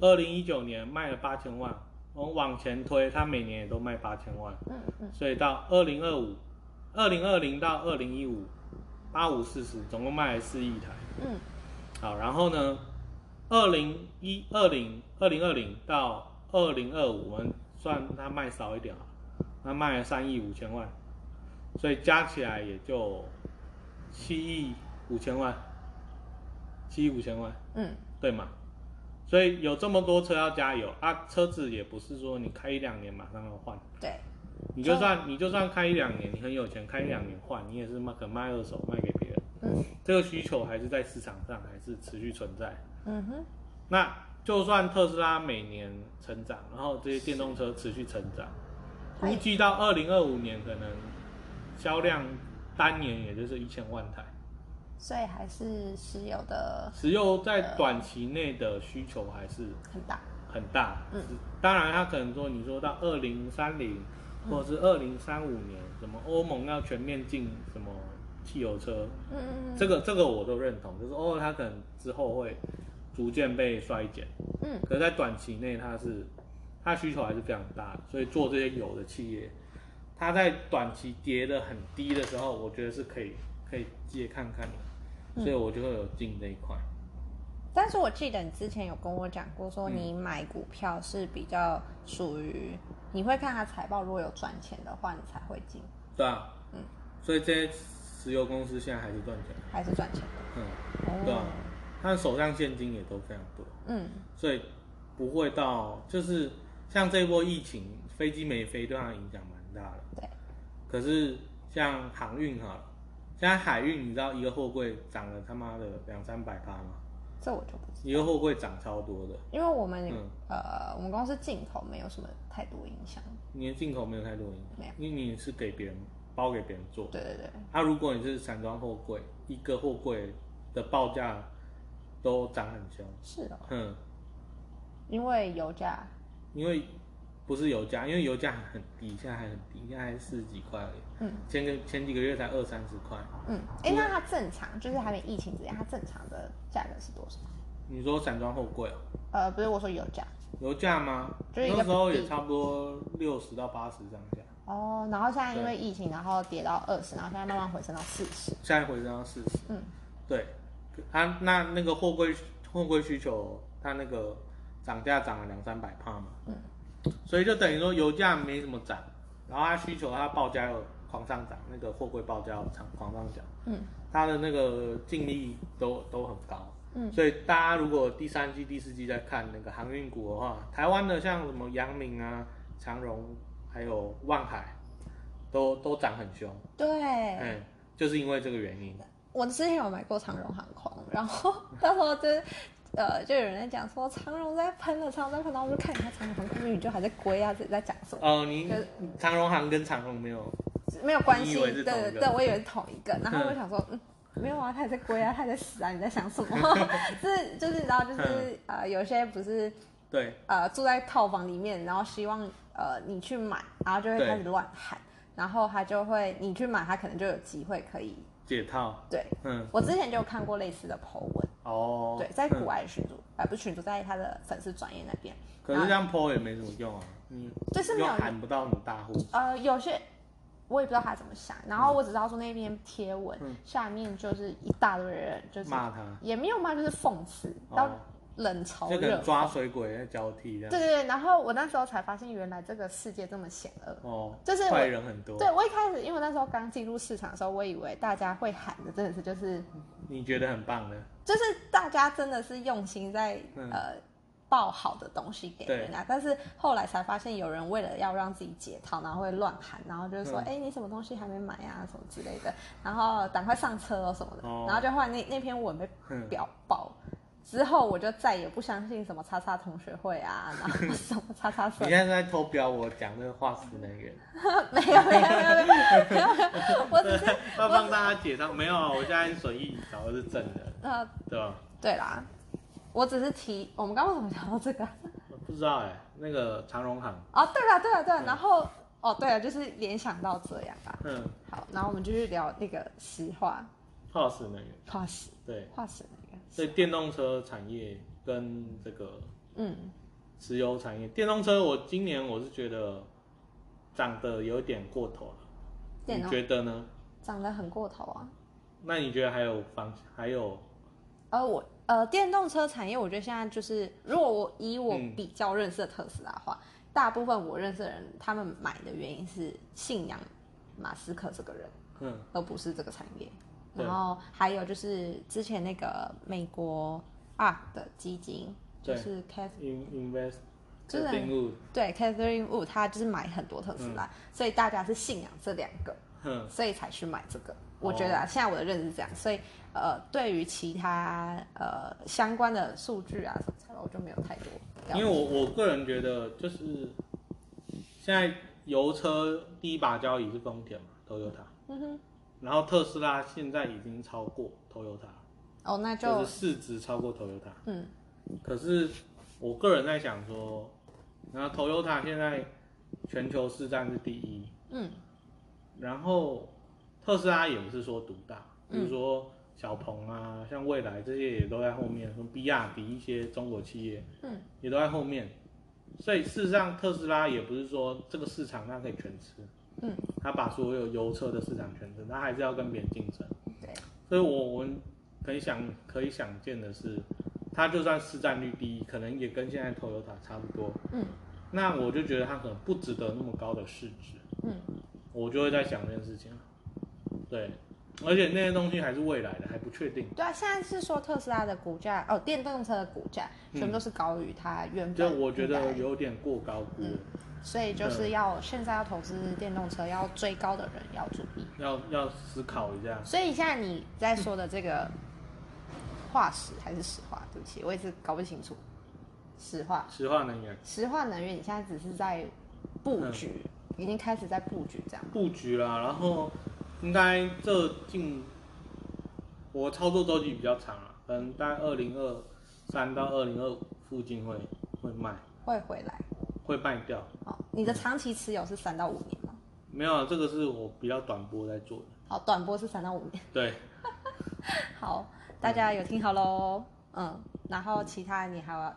[SPEAKER 1] 二零一九年卖了八千万，我们往前推，它每年也都卖八千万，
[SPEAKER 2] 嗯嗯，
[SPEAKER 1] 所以到二零二五、二零二零到二零一五，八五四十，总共卖了四亿台。
[SPEAKER 2] 嗯
[SPEAKER 1] 好，然后呢，二零一二零二零二零到二零二五，我们算它卖少一点啊，它卖了三亿五千万，所以加起来也就七亿五千万，七亿五千万，
[SPEAKER 2] 嗯
[SPEAKER 1] 对吗？所以有这么多车要加油啊，车子也不是说你开一两年马上要换，
[SPEAKER 2] 对，
[SPEAKER 1] 你就算你就算开一两年，你很有钱，开一两年换，你也是卖可卖二手卖给别人，
[SPEAKER 2] 嗯
[SPEAKER 1] 这个需求还是在市场上还是持续存在。
[SPEAKER 2] 嗯哼，
[SPEAKER 1] 那就算特斯拉每年成长，然后这些电动车持续成长，
[SPEAKER 2] 哎
[SPEAKER 1] 估计到二零二五年可能销量单年也就是一千万台。
[SPEAKER 2] 所以还是石油的
[SPEAKER 1] 石油在短期内的需求还是
[SPEAKER 2] 很大，
[SPEAKER 1] 很大，
[SPEAKER 2] 嗯
[SPEAKER 1] 当然它可能说你说到二零三零或者是二零三五年，什么欧盟要全面禁什么汽油车，
[SPEAKER 2] 嗯嗯
[SPEAKER 1] 这个这个我都认同，就是哦，它可能之后会逐渐被衰减。
[SPEAKER 2] 嗯
[SPEAKER 1] 可是在短期内它是它需求还是非常大的，所以做这些油的企业，它在短期跌得很低的时候，我觉得是可以可以借看看的，所以我就会有进这一块。
[SPEAKER 2] 但是我记得你之前有跟我讲过，说你买股票是比较属于你会看它财报，如果有赚钱的话，你才会进，
[SPEAKER 1] 对啊，
[SPEAKER 2] 嗯，
[SPEAKER 1] 所以这些石油公司现在还是赚钱，
[SPEAKER 2] 还是赚钱的。
[SPEAKER 1] 嗯，对啊
[SPEAKER 2] 哦，，
[SPEAKER 1] 他们手上现金也都非常多，
[SPEAKER 2] 嗯
[SPEAKER 1] 所以不会到就是像这一波疫情，飞机没飞对它影响蛮大的。
[SPEAKER 2] 对。
[SPEAKER 1] 可是像航运好了，现在海运你知道一个货柜涨了他妈的两三百趴吗？
[SPEAKER 2] 这我就不知道，
[SPEAKER 1] 一个货柜涨超多的，
[SPEAKER 2] 因为我们、
[SPEAKER 1] 嗯
[SPEAKER 2] 呃我们公司进口没有什么太多影响。
[SPEAKER 1] 你的进口没有太多影
[SPEAKER 2] 没有
[SPEAKER 1] 响，因为你是给别人包给别人做。
[SPEAKER 2] 对对对，
[SPEAKER 1] 啊，如果你是散装货柜，一个货柜的报价都涨很凶，
[SPEAKER 2] 是哦，
[SPEAKER 1] 哼，
[SPEAKER 2] 因为油价
[SPEAKER 1] 因为不是油价，因为油价很低，现在还很低，现在还四十几块而已。
[SPEAKER 2] 嗯
[SPEAKER 1] 前个前几个月才二三十块。
[SPEAKER 2] 嗯，哎、那它正常就是还没疫情之前，它正常的价格是多少？
[SPEAKER 1] 你说散装货柜哦，
[SPEAKER 2] 呃，不是我说油价
[SPEAKER 1] 油价吗？
[SPEAKER 2] 就是一个
[SPEAKER 1] 那时候
[SPEAKER 2] 比
[SPEAKER 1] 也差不多六十到八十上下，
[SPEAKER 2] 哦，然后现在因为疫情，然后跌到二十，然后现在慢慢回升到四十。
[SPEAKER 1] 现在回升到四十。
[SPEAKER 2] 嗯，
[SPEAKER 1] 对，啊，那那个货柜货柜需求，它那个涨价涨了两三百帕嘛，
[SPEAKER 2] 嗯，
[SPEAKER 1] 所以就等于说油价没怎么涨，然后它需求它报价又狂上涨，那个货柜报价又涨狂上涨，
[SPEAKER 2] 嗯，
[SPEAKER 1] 它的那个净利都都很高。
[SPEAKER 2] 嗯
[SPEAKER 1] 所以大家如果第三季、第四季在看那个航运股的话，台湾的像什么阳明啊、长荣，还有万海，都都涨很凶。
[SPEAKER 2] 对，
[SPEAKER 1] 嗯，就是因为这个原因。
[SPEAKER 2] 我之前有买过长荣航空，然后到时候就是 呃，就有人在讲说长荣在喷了，长荣在喷了，然后我就看一下长荣航空，明明就还在归啊，自己在讲什么，
[SPEAKER 1] 哦，你
[SPEAKER 2] 就是
[SPEAKER 1] 长荣行跟长荣没有，
[SPEAKER 2] 没有关
[SPEAKER 1] 你
[SPEAKER 2] 系。
[SPEAKER 1] 以为是
[SPEAKER 2] 对
[SPEAKER 1] 同一
[SPEAKER 2] 对
[SPEAKER 1] 个
[SPEAKER 2] 对，我以为是同一个，然后我就想说，嗯，没有啊，他也在归啊，他也在死啊，你在想什 么？ 就是就是，然后就是呃，有些不是
[SPEAKER 1] 对
[SPEAKER 2] 呃住在套房里面，然后希望呃你去买，然后就会
[SPEAKER 1] 对
[SPEAKER 2] 开始乱喊，然后他就会你去买，他可能就有机会可以。
[SPEAKER 1] 解套，
[SPEAKER 2] 对
[SPEAKER 1] 嗯，
[SPEAKER 2] 我之前就有看过类似的 po 文。
[SPEAKER 1] 哦，
[SPEAKER 2] 对，在国
[SPEAKER 1] 嗯
[SPEAKER 2] 外的群主，呃，不是群主，在他的粉丝专业那边，
[SPEAKER 1] 可是这样 PO 也没什么用啊，你
[SPEAKER 2] 就是没
[SPEAKER 1] 又
[SPEAKER 2] 有
[SPEAKER 1] 喊不到你大户，
[SPEAKER 2] 呃，有些我也不知道他怎么想，然后我只知道说那篇贴文、下面就是一大堆人，就
[SPEAKER 1] 嗯
[SPEAKER 2] 是
[SPEAKER 1] 骂他，
[SPEAKER 2] 也没有骂，就是讽刺，到
[SPEAKER 1] 哦
[SPEAKER 2] 冷嘲
[SPEAKER 1] 就可
[SPEAKER 2] 热
[SPEAKER 1] 能抓
[SPEAKER 2] 讽。
[SPEAKER 1] 水鬼在交替这样，
[SPEAKER 2] 对对对，然后我那时候才发现，原来这个世界这么险恶。
[SPEAKER 1] 哦，
[SPEAKER 2] 就是我
[SPEAKER 1] 坏人很多，
[SPEAKER 2] 对我一开始，因为我那时候刚进入市场的时候，我以为大家会喊的真的是就是
[SPEAKER 1] 你觉得很棒的，
[SPEAKER 2] 就是大家真的是用心在、
[SPEAKER 1] 嗯
[SPEAKER 2] 呃报好的东西给
[SPEAKER 1] 对
[SPEAKER 2] 人啊家，但是后来才发现有人为了要让自己解套，然后会乱喊，然后就是说，
[SPEAKER 1] 嗯
[SPEAKER 2] 哎、你什么东西还没买啊，什么之类的，然后赶快上车哦什么的，
[SPEAKER 1] 哦
[SPEAKER 2] 然后就后来那那篇文被
[SPEAKER 1] 嗯
[SPEAKER 2] 表爆。之后我就再也不相信什么叉叉同学会啊，然后什么叉叉 社
[SPEAKER 1] 你现在是在偷标我讲那个化石能源，
[SPEAKER 2] 没有没有没有没有没有， 我只是
[SPEAKER 1] 要帮大家解套。没有啊，我现在损益找的是正的，
[SPEAKER 2] 呃
[SPEAKER 1] 对吧？
[SPEAKER 2] 对啦，我只是提我们刚刚为什么讲到这个？啊
[SPEAKER 1] 我不知道哎、那个长荣行，
[SPEAKER 2] 哦，对了对了对了，然后哦对了，就是联想到这样啦。
[SPEAKER 1] 嗯，
[SPEAKER 2] 好，然后我们继续聊那个石化
[SPEAKER 1] 化石能源，
[SPEAKER 2] 化石
[SPEAKER 1] 对，
[SPEAKER 2] 化石那个，
[SPEAKER 1] 所以电动车产业跟这个
[SPEAKER 2] 嗯
[SPEAKER 1] 石油产业，电动车我今年我是觉得涨得有点过头了，
[SPEAKER 2] 电
[SPEAKER 1] 你
[SPEAKER 2] 动
[SPEAKER 1] 觉得呢？
[SPEAKER 2] 涨得很过头啊。
[SPEAKER 1] 那你觉得还有方还有
[SPEAKER 2] 呃我呃电动车产业，我觉得现在就是如果我以我
[SPEAKER 1] 嗯
[SPEAKER 2] 比较认识的特斯拉的话，大部分我认识的人他们买的原因是信仰马斯克这个人。
[SPEAKER 1] 嗯
[SPEAKER 2] 而不是这个产业。
[SPEAKER 1] 对
[SPEAKER 2] 然后还有就是之前那个美国 ARK 的基金，就
[SPEAKER 1] 对
[SPEAKER 2] 是 Cath
[SPEAKER 1] in invest
[SPEAKER 2] 真的
[SPEAKER 1] n wood，
[SPEAKER 2] 对 Catherine Wu，她就是买很多特斯
[SPEAKER 1] 嗯
[SPEAKER 2] 拉，所以大家是信仰这两个，
[SPEAKER 1] 哼，
[SPEAKER 2] 所以才去买这
[SPEAKER 1] 哦
[SPEAKER 2] 个。我觉得啊，现在我的认识是这样，所以呃，对于其他呃相关的数据啊什么的，我就没有太多了解。
[SPEAKER 1] 因为我我个人觉得就是现在油车第一把交椅是丰田嘛，Toyota，
[SPEAKER 2] 嗯哼，
[SPEAKER 1] 然后特斯拉现在已经超过 Toyota，
[SPEAKER 2] 哦，那就
[SPEAKER 1] 就是市值超过 Toyota，
[SPEAKER 2] 嗯
[SPEAKER 1] 可是我个人在想说，然后 Toyota 现在全球市占是第一，
[SPEAKER 2] 嗯
[SPEAKER 1] 然后特斯拉也不是说独大，比
[SPEAKER 2] 嗯
[SPEAKER 1] 如说小鹏啊，像蔚来这些也都在后面，什么比亚迪一些中国企业
[SPEAKER 2] 嗯
[SPEAKER 1] 也都在后面。所以事实上，特斯拉也不是说这个市场它可以全吃，
[SPEAKER 2] 嗯，
[SPEAKER 1] 它把所有油车的市场全吃，它还是要跟别人竞争。
[SPEAKER 2] 对，
[SPEAKER 1] 所以我我们可以想可以想见的是，它就算市占率第一，可能也跟现在 Toyota 差不多。
[SPEAKER 2] 嗯
[SPEAKER 1] 那我就觉得它可能不值得那么高的市值。
[SPEAKER 2] 嗯
[SPEAKER 1] 我就会在想这件事情。对，而且那些东西还是未来的，还不确定。
[SPEAKER 2] 对啊，现在是说特斯拉的股价哦，电动车的股价
[SPEAKER 1] 嗯
[SPEAKER 2] 全部都是高于它原本。
[SPEAKER 1] 就我觉得，嗯有点过高估
[SPEAKER 2] 嗯
[SPEAKER 1] 了，
[SPEAKER 2] 所以就是要、现在要投资电动车，要追高的人要注意。
[SPEAKER 1] 要要思考一下。
[SPEAKER 2] 所以现在你在说的这个化石还是石化？对不起，我一直搞不清楚。石化，
[SPEAKER 1] 石化能源
[SPEAKER 2] 石化能源，你现在只是在布局，已经开始在布局这样。
[SPEAKER 1] 布局啦，然后应该这近我操作周期比较长啊，可能在二零二三到二零二附近会会卖，
[SPEAKER 2] 会回来
[SPEAKER 1] 会卖掉。
[SPEAKER 2] 哦。你的长期持有是三到五年吗？
[SPEAKER 1] 没有啊，这个是我比较短波在做 的。
[SPEAKER 2] 好，短波是三到五 年。
[SPEAKER 1] 对，
[SPEAKER 2] 好，大家有听好喽。嗯，然后其他你还有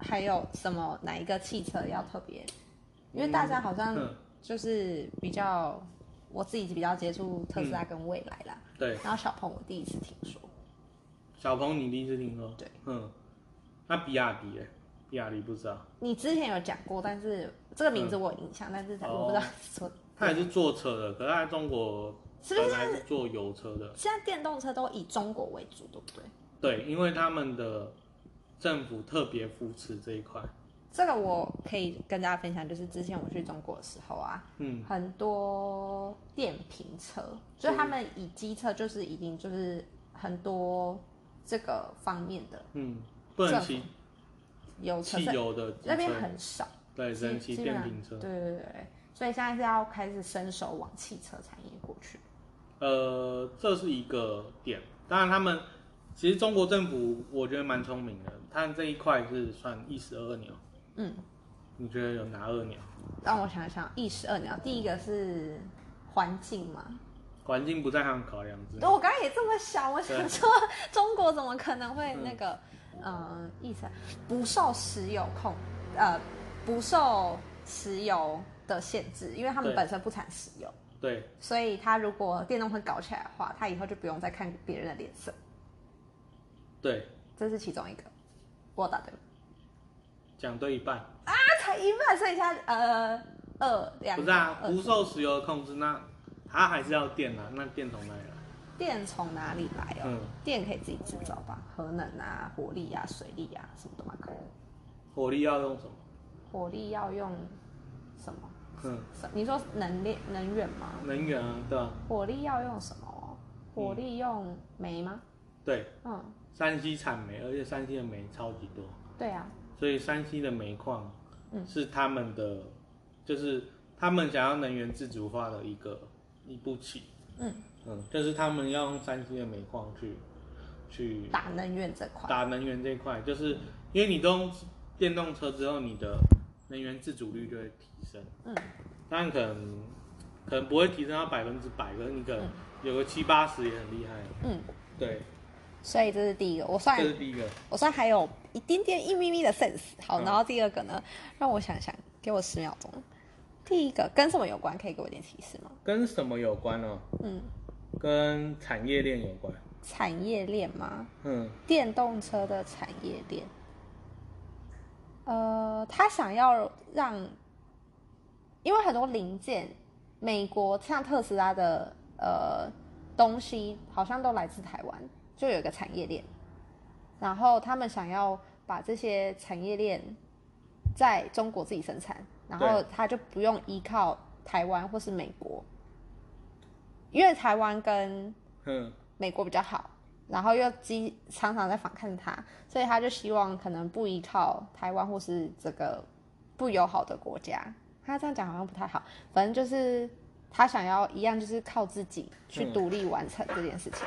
[SPEAKER 2] 还有什么哪一个汽车要特别？因为大家好像
[SPEAKER 1] 嗯
[SPEAKER 2] 就是比较，我自己比较接触特斯拉跟蔚来啦。
[SPEAKER 1] 对，
[SPEAKER 2] 然后小鹏我第一次听说，
[SPEAKER 1] 小鹏你第一次听说？
[SPEAKER 2] 对，
[SPEAKER 1] 嗯，那比亚迪、欸，比亚迪不知道。
[SPEAKER 2] 你之前有讲过，但是这个名字我有印象，但是
[SPEAKER 1] 哦
[SPEAKER 2] 我不知道说、
[SPEAKER 1] 它也是坐车的，可是它在中国
[SPEAKER 2] 是不
[SPEAKER 1] 本
[SPEAKER 2] 是
[SPEAKER 1] 来是做油车的，
[SPEAKER 2] 现在电动车都以中国为主，对不对？
[SPEAKER 1] 对，因为他们的政府特别扶持这一块，
[SPEAKER 2] 这个我可以跟大家分享，就是之前我去中国的时候啊，
[SPEAKER 1] 嗯，
[SPEAKER 2] 很多电瓶车，所以他们以机车就是已经就是很多这个方面的
[SPEAKER 1] 嗯，不能骑
[SPEAKER 2] 油车，
[SPEAKER 1] 汽
[SPEAKER 2] 所以
[SPEAKER 1] 油的机
[SPEAKER 2] 那边
[SPEAKER 1] 车，
[SPEAKER 2] 很少，
[SPEAKER 1] 对，只能
[SPEAKER 2] 基
[SPEAKER 1] 骑
[SPEAKER 2] 基本
[SPEAKER 1] 电
[SPEAKER 2] 上
[SPEAKER 1] 瓶车
[SPEAKER 2] 对。对对对，所以现在是要开始伸手往汽车产业过去。
[SPEAKER 1] 呃，这是一个点。当然，他们其实中国政府我觉得蛮聪明的，他这一块是算一石二鸟。
[SPEAKER 2] 嗯，
[SPEAKER 1] 你觉得有哪二鸟？
[SPEAKER 2] 让我想想，一石二鸟，第一个是环境嘛，
[SPEAKER 1] 环境不在他们考量之内
[SPEAKER 2] 对，。我刚刚也这么想，我想
[SPEAKER 1] 对
[SPEAKER 2] 说中国怎么可能会那个，嗯，意思不受石油控，呃，不受石油的限制，因为他们
[SPEAKER 1] 对
[SPEAKER 2] 本身不产石油，
[SPEAKER 1] 对，
[SPEAKER 2] 所以他如果电动车搞起来的话，他以后就不用再看别人的脸色，
[SPEAKER 1] 对，
[SPEAKER 2] 这是其中一个。我答对了，
[SPEAKER 1] 讲对一半。
[SPEAKER 2] 啊，才一半，剩下呃二两
[SPEAKER 1] 不是啊，
[SPEAKER 2] 二
[SPEAKER 1] 不受石油的控制，那它还是要电啊，那电从哪里来？
[SPEAKER 2] 电从哪里来哦？
[SPEAKER 1] 嗯
[SPEAKER 2] 电可以自己制造吧，核能啊、火力啊、水力啊什么的嘛，可以。
[SPEAKER 1] 火力要用什么？
[SPEAKER 2] 火力要用什么？
[SPEAKER 1] 嗯，
[SPEAKER 2] 什你说能力能源吗？
[SPEAKER 1] 能源啊，对吧、
[SPEAKER 2] 火力要用什么哦？火力用煤吗？
[SPEAKER 1] 对，
[SPEAKER 2] 嗯，
[SPEAKER 1] 山西产煤，而且山西的煤超级多，
[SPEAKER 2] 对啊，
[SPEAKER 1] 所以山西的煤矿
[SPEAKER 2] 嗯
[SPEAKER 1] 是他们的，就是他们想要能源自主化的一个一步棋。
[SPEAKER 2] 嗯，
[SPEAKER 1] 嗯，就是他们要用山西的煤矿去去
[SPEAKER 2] 打能源这块，
[SPEAKER 1] 打能源这一块，就是因为你都用电动车之后，你的能源自主率就会提升。
[SPEAKER 2] 嗯，
[SPEAKER 1] 当然可能可能不会提升到百分之百，可是你可能有个七八十也很厉害。
[SPEAKER 2] 嗯，
[SPEAKER 1] 对，
[SPEAKER 2] 所以这是第一个，我算
[SPEAKER 1] 这是第一个。
[SPEAKER 2] 我算还有一点点一咪咪的 sense。好，
[SPEAKER 1] 嗯
[SPEAKER 2] 然后第二个呢，让我想想，给我十秒钟。第一个跟什么有关？可以给我点提示吗？
[SPEAKER 1] 跟什么有关呢、
[SPEAKER 2] 嗯，
[SPEAKER 1] 跟产业链有关。
[SPEAKER 2] 产业链吗？
[SPEAKER 1] 嗯，
[SPEAKER 2] 电动车的产业链。呃，他想要让，因为很多零件，美国像特斯拉的呃东西好像都来自台湾，就有一个产业链。然后他们想要把这些产业链在中国自己生产，然后
[SPEAKER 1] 对
[SPEAKER 2] 他就不用依靠台湾或是美国，因为台湾跟
[SPEAKER 1] 哼，
[SPEAKER 2] 美国比较好，然后又基常常在反抗他，所以他就希望可能不依靠台湾或是这个不友好的国家。他这样讲好像不太好，反正就是他想要一样，就是靠自己去
[SPEAKER 1] 嗯
[SPEAKER 2] 独立完成这件事情。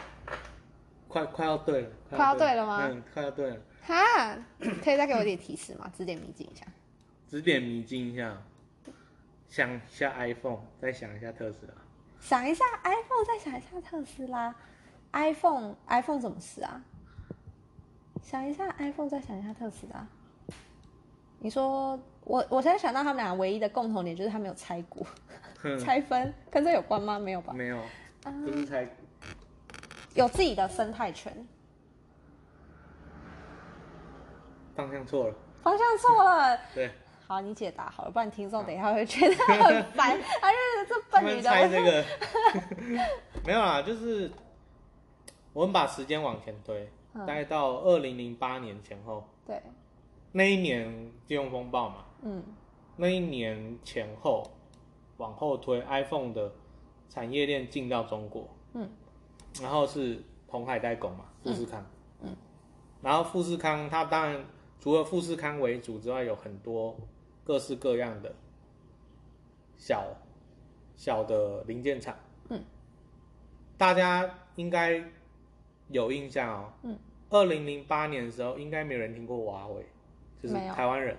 [SPEAKER 1] 快快要对了，
[SPEAKER 2] 快要对了吗
[SPEAKER 1] 嗯，快要对了，
[SPEAKER 2] 哈，可以再给我一点提示吗？指点迷津一下。
[SPEAKER 1] 指点迷津一下，想一下 iPhone，再想一下特斯拉。
[SPEAKER 2] 想一下 iPhone，再想一下特斯拉。iPhone iPhone 怎么死啊？想一下 iPhone，再想一下特斯拉。你说我，我现在想到他们俩唯一的共同点就是他们有拆股、
[SPEAKER 1] 哼，
[SPEAKER 2] 拆分，跟这有关吗？没有吧？
[SPEAKER 1] 嗯没有，
[SPEAKER 2] 啊，
[SPEAKER 1] 不是才
[SPEAKER 2] 有自己的生态圈，
[SPEAKER 1] 方向错了。
[SPEAKER 2] 方向错了。
[SPEAKER 1] 对，
[SPEAKER 2] 好，你解答好了，不然听众等一下会觉得很 烦，还是这
[SPEAKER 1] 他
[SPEAKER 2] 笨
[SPEAKER 1] 们
[SPEAKER 2] 女
[SPEAKER 1] 猜
[SPEAKER 2] 的。
[SPEAKER 1] 这个 没有啦，就是我们把时间往前推，
[SPEAKER 2] 嗯
[SPEAKER 1] 大概到二零零八年前后，
[SPEAKER 2] 对，
[SPEAKER 1] 那一年金融风暴嘛，
[SPEAKER 2] 嗯，
[SPEAKER 1] 那一年前后往后推，iPhone 的产业链进到中国，
[SPEAKER 2] 嗯，
[SPEAKER 1] 然后是红海代工嘛，富士康，
[SPEAKER 2] 嗯嗯
[SPEAKER 1] 然后富士康它当然除了富士康为主之外，有很多各式各样的小小的零件厂，
[SPEAKER 2] 嗯，
[SPEAKER 1] 大家应该有印象哦，
[SPEAKER 2] 嗯，
[SPEAKER 1] 二零零八年的时候，应该没有人听过华为，就是
[SPEAKER 2] 没有
[SPEAKER 1] 台湾人。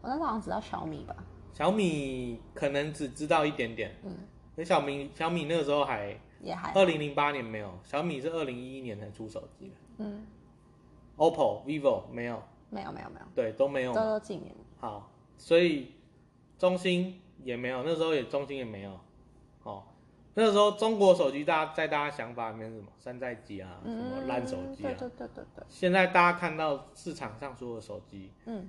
[SPEAKER 2] 我那时候好像只知道小米吧。
[SPEAKER 1] 小米可能只知道一点点，
[SPEAKER 2] 嗯，
[SPEAKER 1] 因为小米小米那个时候还
[SPEAKER 2] 也还好
[SPEAKER 1] 二零零八年没有，小米是二零一一年才出手机的
[SPEAKER 2] 嗯，
[SPEAKER 1] ，OPPO、vivo 没有，
[SPEAKER 2] 没有没有没有，
[SPEAKER 1] 对，都没有
[SPEAKER 2] 都
[SPEAKER 1] 嘛。
[SPEAKER 2] 都近年。
[SPEAKER 1] 好，所以中兴也没有，那时候也中兴也没有，哦，那时候中国手机大家在大家想法里面是什么山寨机啊，什么
[SPEAKER 2] 嗯，
[SPEAKER 1] 烂手机啊
[SPEAKER 2] 对，对对对对，
[SPEAKER 1] 现在大家看到市场上所有的手机，
[SPEAKER 2] 嗯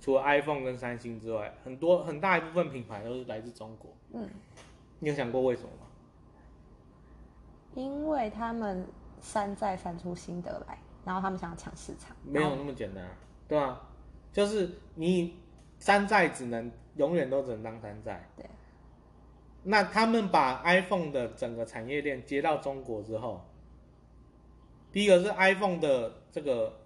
[SPEAKER 1] 除了 iPhone 跟三星之外，很多很大一部分品牌都是来自中国。
[SPEAKER 2] 嗯，
[SPEAKER 1] 你有想过为什么吗？
[SPEAKER 2] 因为他们山寨山出心得来，然后他们想要抢市场，
[SPEAKER 1] 没
[SPEAKER 2] 然
[SPEAKER 1] 有
[SPEAKER 2] 后
[SPEAKER 1] 那么简单、啊，对吧、就是你山寨只能永远都只能当山寨。
[SPEAKER 2] 对。
[SPEAKER 1] 那他们把 iPhone 的整个产业链接到中国之后，第一个是 iPhone 的这个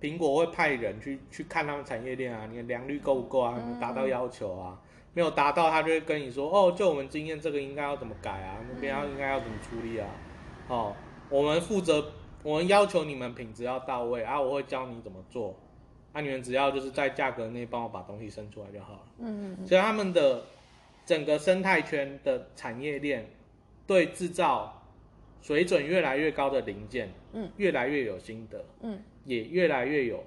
[SPEAKER 1] 苹果会派人去去看他们产业链啊，你的良率够不够啊，有没有达到要求啊？没有达到，他就会跟你说，哦，就我们经验，这个应该要怎么改啊，那边要应该要怎么处理啊，哦，我们负责，我们要求你们品质要到位啊，我会教你怎么做，啊，你们只要就是在价格内帮我把东西生出来就好了。
[SPEAKER 2] 嗯嗯
[SPEAKER 1] 所以他们的整个生态圈的产业链对制造水准越来越高的零件，
[SPEAKER 2] 嗯，
[SPEAKER 1] 越来越有心得，
[SPEAKER 2] 嗯，
[SPEAKER 1] 也越来越有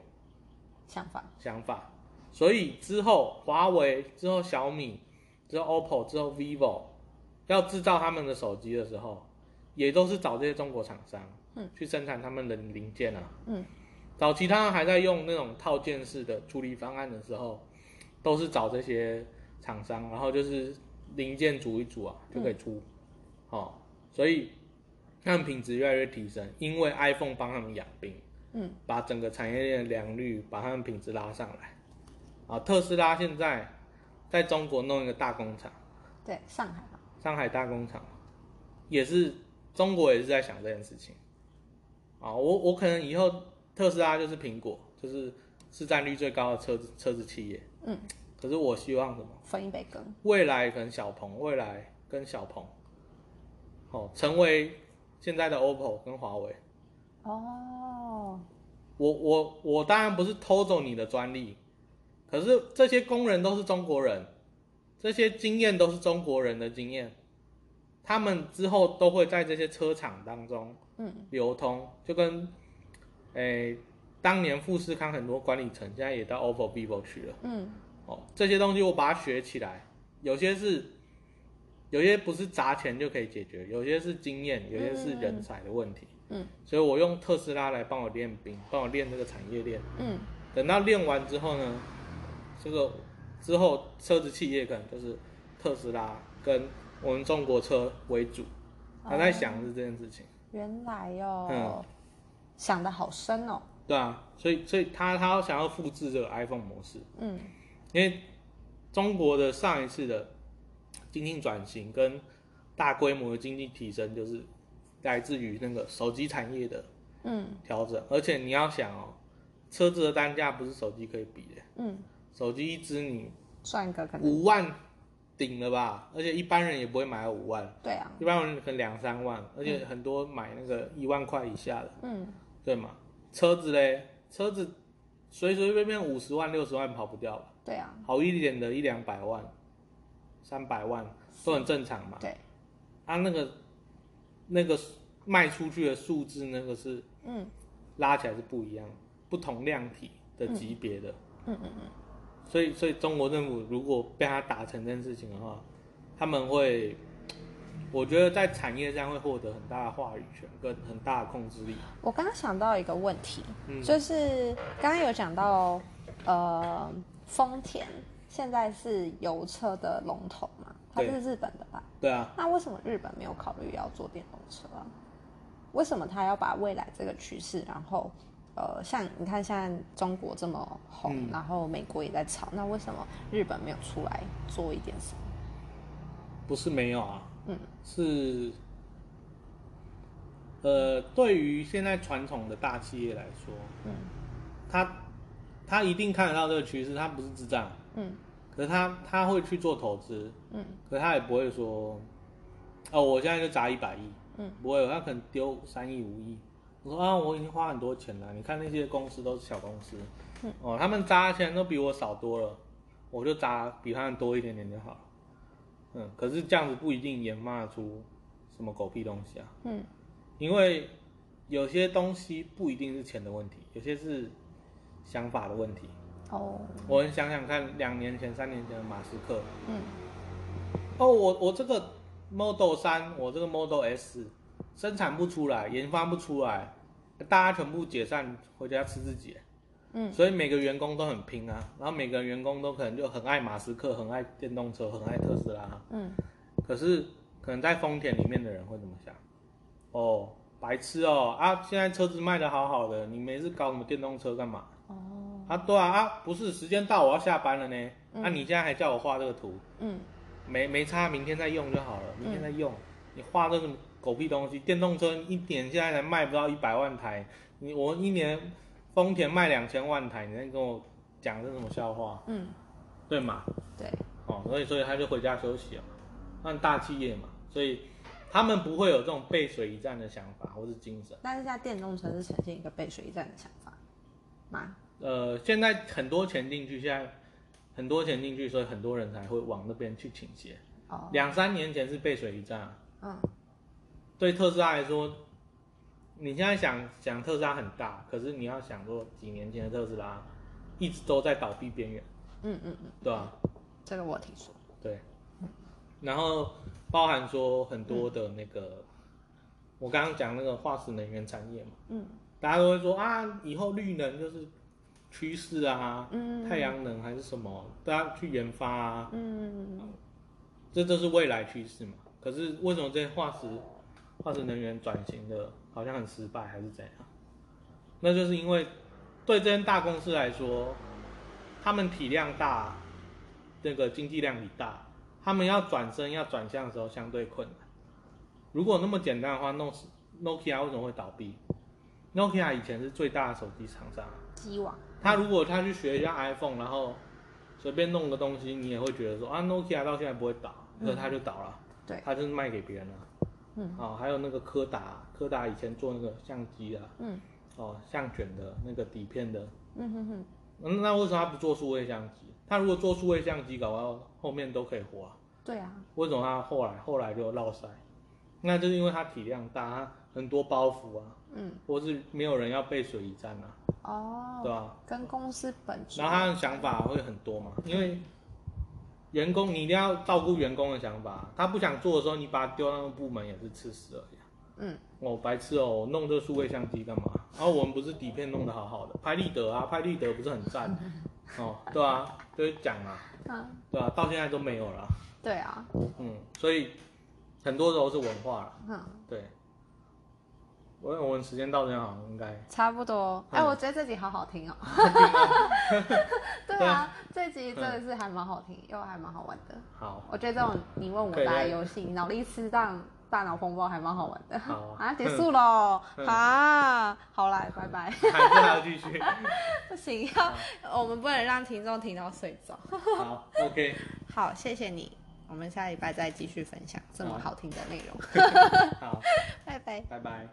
[SPEAKER 2] 想法，
[SPEAKER 1] 想法。所以之后华为、之后小米、之后 OPPO、之后 vivo 要制造他们的手机的时候，也都是找这些中国厂商，
[SPEAKER 2] 嗯，
[SPEAKER 1] 去生产他们的零件啊。
[SPEAKER 2] 嗯
[SPEAKER 1] 早期他们还在用那种套件式的处理方案的时候，都是找这些厂商，然后就是零件组一组啊，就可以出。哦，所以他们品质越来越提升，因为 iPhone 帮他们养病，
[SPEAKER 2] 嗯，
[SPEAKER 1] 把整个产业链的良率，把他们品质拉上来。啊，特斯拉现在在中国弄一个大工厂，
[SPEAKER 2] 对，上海嘛，
[SPEAKER 1] 上海大工厂，也是中国也是在想这件事情。啊，我我可能以后特斯拉就是苹果，就是市占率最高的车子车子企业。
[SPEAKER 2] 嗯，
[SPEAKER 1] 可是我希望什么？
[SPEAKER 2] 分一杯羹。
[SPEAKER 1] 未来可能小鹏，未来跟小鹏，哦，成为现在的 OPPO 跟华为。
[SPEAKER 2] 哦，
[SPEAKER 1] 我我我当然不是偷走你的专利，可是这些工人都是中国人，这些经验都是中国人的经验，他们之后都会在这些车厂当中
[SPEAKER 2] 嗯，
[SPEAKER 1] 流通，就跟，诶、当年富士康很多管理层现在也到 OPPO、vivo 去了。
[SPEAKER 2] 嗯，
[SPEAKER 1] 哦，这些东西我把它学起来，有些是，有些不是砸钱就可以解决，有些是经验，有些是人才的问题。
[SPEAKER 2] 嗯，
[SPEAKER 1] 所以我用特斯拉来帮我练兵，帮我练这个产业链。
[SPEAKER 2] 嗯，
[SPEAKER 1] 等到练完之后呢，这个之后车子企业可能就是特斯拉跟我们中国车为主，他在想的是这件事情。
[SPEAKER 2] 原来哟、
[SPEAKER 1] 嗯
[SPEAKER 2] 想的好深哦。
[SPEAKER 1] 对啊，所以所以他他想要复制这个 iPhone 模式，
[SPEAKER 2] 嗯
[SPEAKER 1] 因为中国的上一次的经济转型跟大规模的经济提升，就是来自于那个手机产业的
[SPEAKER 2] 嗯
[SPEAKER 1] 调整。而且你要想哦，车子的单价不是手机可以比的，
[SPEAKER 2] 嗯，
[SPEAKER 1] 手机一支你
[SPEAKER 2] 赚个可能
[SPEAKER 1] 五万顶了吧，而且一般人也不会买到五万，
[SPEAKER 2] 对啊，
[SPEAKER 1] 一般人可能两三万，而且很多买那个一万块以下的，
[SPEAKER 2] 嗯
[SPEAKER 1] 对吗？车子嘞，车子随随便便五十万六十万跑不掉吧。
[SPEAKER 2] 对啊，
[SPEAKER 1] 好一点的一两百万、三百万都很正常嘛。
[SPEAKER 2] 对，
[SPEAKER 1] 啊，那个那个卖出去的数字，那个是
[SPEAKER 2] 嗯
[SPEAKER 1] 拉起来是不一样，不同量体的级别的。
[SPEAKER 2] 嗯嗯嗯，
[SPEAKER 1] 所以，所以中国政府如果被他打成这件事情的话，他们会，我觉得在产业上会获得很大的话语权跟很大的控制力。
[SPEAKER 2] 我刚刚想到一个问题，
[SPEAKER 1] 嗯
[SPEAKER 2] 就是刚刚有讲到呃，丰田现在是油车的龙头嘛，它
[SPEAKER 1] 对
[SPEAKER 2] 是日本的吧？
[SPEAKER 1] 对啊，
[SPEAKER 2] 那为什么日本没有考虑要做电动车啊？为什么他要把未来这个趋势，然后呃，像你看现在中国这么红，
[SPEAKER 1] 嗯
[SPEAKER 2] 然后美国也在炒，那为什么日本没有出来做一点什么？
[SPEAKER 1] 不是没有啊，
[SPEAKER 2] 嗯，
[SPEAKER 1] 是，呃，对于现在传统的大企业来说，
[SPEAKER 2] 嗯
[SPEAKER 1] 他他一定看得到这个趋势，他不是智障，
[SPEAKER 2] 嗯
[SPEAKER 1] 可是他他会去做投资，
[SPEAKER 2] 嗯
[SPEAKER 1] 可是他也不会说，哦，我现在就砸一百亿，
[SPEAKER 2] 嗯，
[SPEAKER 1] 不会，他可能丢三亿五亿。我说啊，我已经花很多钱了，你看那些公司都是小公司，
[SPEAKER 2] 嗯
[SPEAKER 1] 哦，他们砸的钱都比我少多了，我就砸比他们多一点点就好了。嗯，可是这样子不一定研发出什么狗屁东西啊。
[SPEAKER 2] 嗯
[SPEAKER 1] 因为有些东西不一定是钱的问题，有些是想法的问题。
[SPEAKER 2] 哦
[SPEAKER 1] 我很想想看，两年前、三年前的马斯克，
[SPEAKER 2] 嗯
[SPEAKER 1] 哦，我我这个 Model 三，我这个 Model S 生产不出来，研发不出来，大家全部解散回家吃自己。
[SPEAKER 2] 嗯
[SPEAKER 1] 所以每个员工都很拼啊，然后每个员工都可能就很爱马斯克，很爱电动车，很爱特斯拉。
[SPEAKER 2] 嗯
[SPEAKER 1] 可是可能在丰田里面的人会怎么想？哦，白痴哦啊！现在车子卖的好好的，你每次搞什么电动车干嘛？
[SPEAKER 2] 哦
[SPEAKER 1] 啊，对啊啊，不是时间到我要下班了呢，
[SPEAKER 2] 嗯
[SPEAKER 1] 啊，你现在还叫我画这个图，
[SPEAKER 2] 嗯
[SPEAKER 1] 没没差，明天再用就好了，明天再用。你画这什么狗屁东西？电动车一年现在才卖不到一百万台，你我一年丰田卖两千万台，你在跟我讲这什么笑话？
[SPEAKER 2] 嗯，
[SPEAKER 1] 对嘛？
[SPEAKER 2] 对，
[SPEAKER 1] 哦，所以所以他就回家休息啊，那大企业嘛，所以他们不会有这种背水一战的想法或是精神。
[SPEAKER 2] 但是现在电动车是呈现一个背水一战的想法吗？
[SPEAKER 1] 呃，现在很多钱进去，现在很多钱进去，所以很多人才会往那边去倾斜。
[SPEAKER 2] 哦
[SPEAKER 1] 两三年前是背水一战啊，
[SPEAKER 2] 嗯
[SPEAKER 1] 对特斯拉来说，你现在想想特斯拉很大，可是你要想说几年前的特斯拉一直都在倒闭边缘，
[SPEAKER 2] 嗯嗯嗯，
[SPEAKER 1] 对吧、啊
[SPEAKER 2] 这个我听说，
[SPEAKER 1] 对，然后包含说很多的那个，我刚刚讲那个化石能源产业嘛，
[SPEAKER 2] 嗯
[SPEAKER 1] 大家都会说啊，以后绿能就是趋势啊，
[SPEAKER 2] 嗯
[SPEAKER 1] 太阳能还是什么，大家去研发啊，
[SPEAKER 2] 嗯
[SPEAKER 1] 这都是未来趋势嘛。可是为什么这些化石化石能源转型的好像很失败，还是怎样？那就是因为对这些大公司来说，他们体量大，那个经济量比大，他们要转身要转向的时候相对困难。如果那么简单的话，Nokia Nokia 为什么会倒闭？Nokia 以前是最大的手机厂商，啊
[SPEAKER 2] 机网，
[SPEAKER 1] 他如果他去学一下 iPhone，然后随便弄个东西，你也会觉得说啊，Nokia 到现在不会倒，
[SPEAKER 2] 嗯
[SPEAKER 1] 可是他就倒了，
[SPEAKER 2] 对，
[SPEAKER 1] 他就是卖给别人了。
[SPEAKER 2] 嗯
[SPEAKER 1] 哦，还有那个柯达，柯达以前做那个相机啊，
[SPEAKER 2] 嗯
[SPEAKER 1] 哦，相卷的那个底片的，
[SPEAKER 2] 嗯哼哼，
[SPEAKER 1] 嗯那为什么他不做数位相机？他如果做数位相机，搞到后面都可以活啊。
[SPEAKER 2] 对啊，
[SPEAKER 1] 为什么他后来后来就落塞？那就是因为他体量大，他很多包袱啊，
[SPEAKER 2] 嗯
[SPEAKER 1] 或是没有人要背水一战啊，对
[SPEAKER 2] 哦，
[SPEAKER 1] 吧、
[SPEAKER 2] 跟公司本质
[SPEAKER 1] 然后他的想法会很多嘛，因为员工你一定要照顾员工的想法，他不想做的时候，你把他丢到那个部门也是吃屎而已啊。
[SPEAKER 2] 嗯
[SPEAKER 1] 我、白痴哦，我弄这数位相机干嘛？然后我们不是底片弄得好好的，拍立得啊，拍立得不是很赞哦，对啊，就是讲啊，
[SPEAKER 2] 嗯，
[SPEAKER 1] 对啊，到现在都没有了，
[SPEAKER 2] 对啊，
[SPEAKER 1] 嗯，所以很多时候是文化了，
[SPEAKER 2] 嗯，
[SPEAKER 1] 对。我我们时间到这样好像应该，
[SPEAKER 2] 差不多。哎，
[SPEAKER 1] 嗯
[SPEAKER 2] 我觉得这集好好听哦。对
[SPEAKER 1] 对
[SPEAKER 2] 啊，这集真的是还蛮好听，又还蛮好玩的。
[SPEAKER 1] 好，
[SPEAKER 2] 我觉得这种你问我
[SPEAKER 1] 可以
[SPEAKER 2] 答
[SPEAKER 1] 可以
[SPEAKER 2] 游戏，脑力吃荡、大脑风暴还蛮好玩的。
[SPEAKER 1] 好
[SPEAKER 2] 啊， 结束喽！
[SPEAKER 1] 嗯
[SPEAKER 2] 啊，好啦，拜拜。
[SPEAKER 1] 还是还要继续，
[SPEAKER 2] 不行，要我们不能让听众听到睡着。
[SPEAKER 1] 好，OK，
[SPEAKER 2] 好，谢谢你，我们下礼拜再继续分享这么好听的内容。
[SPEAKER 1] 好，
[SPEAKER 2] 拜拜。
[SPEAKER 1] 拜拜。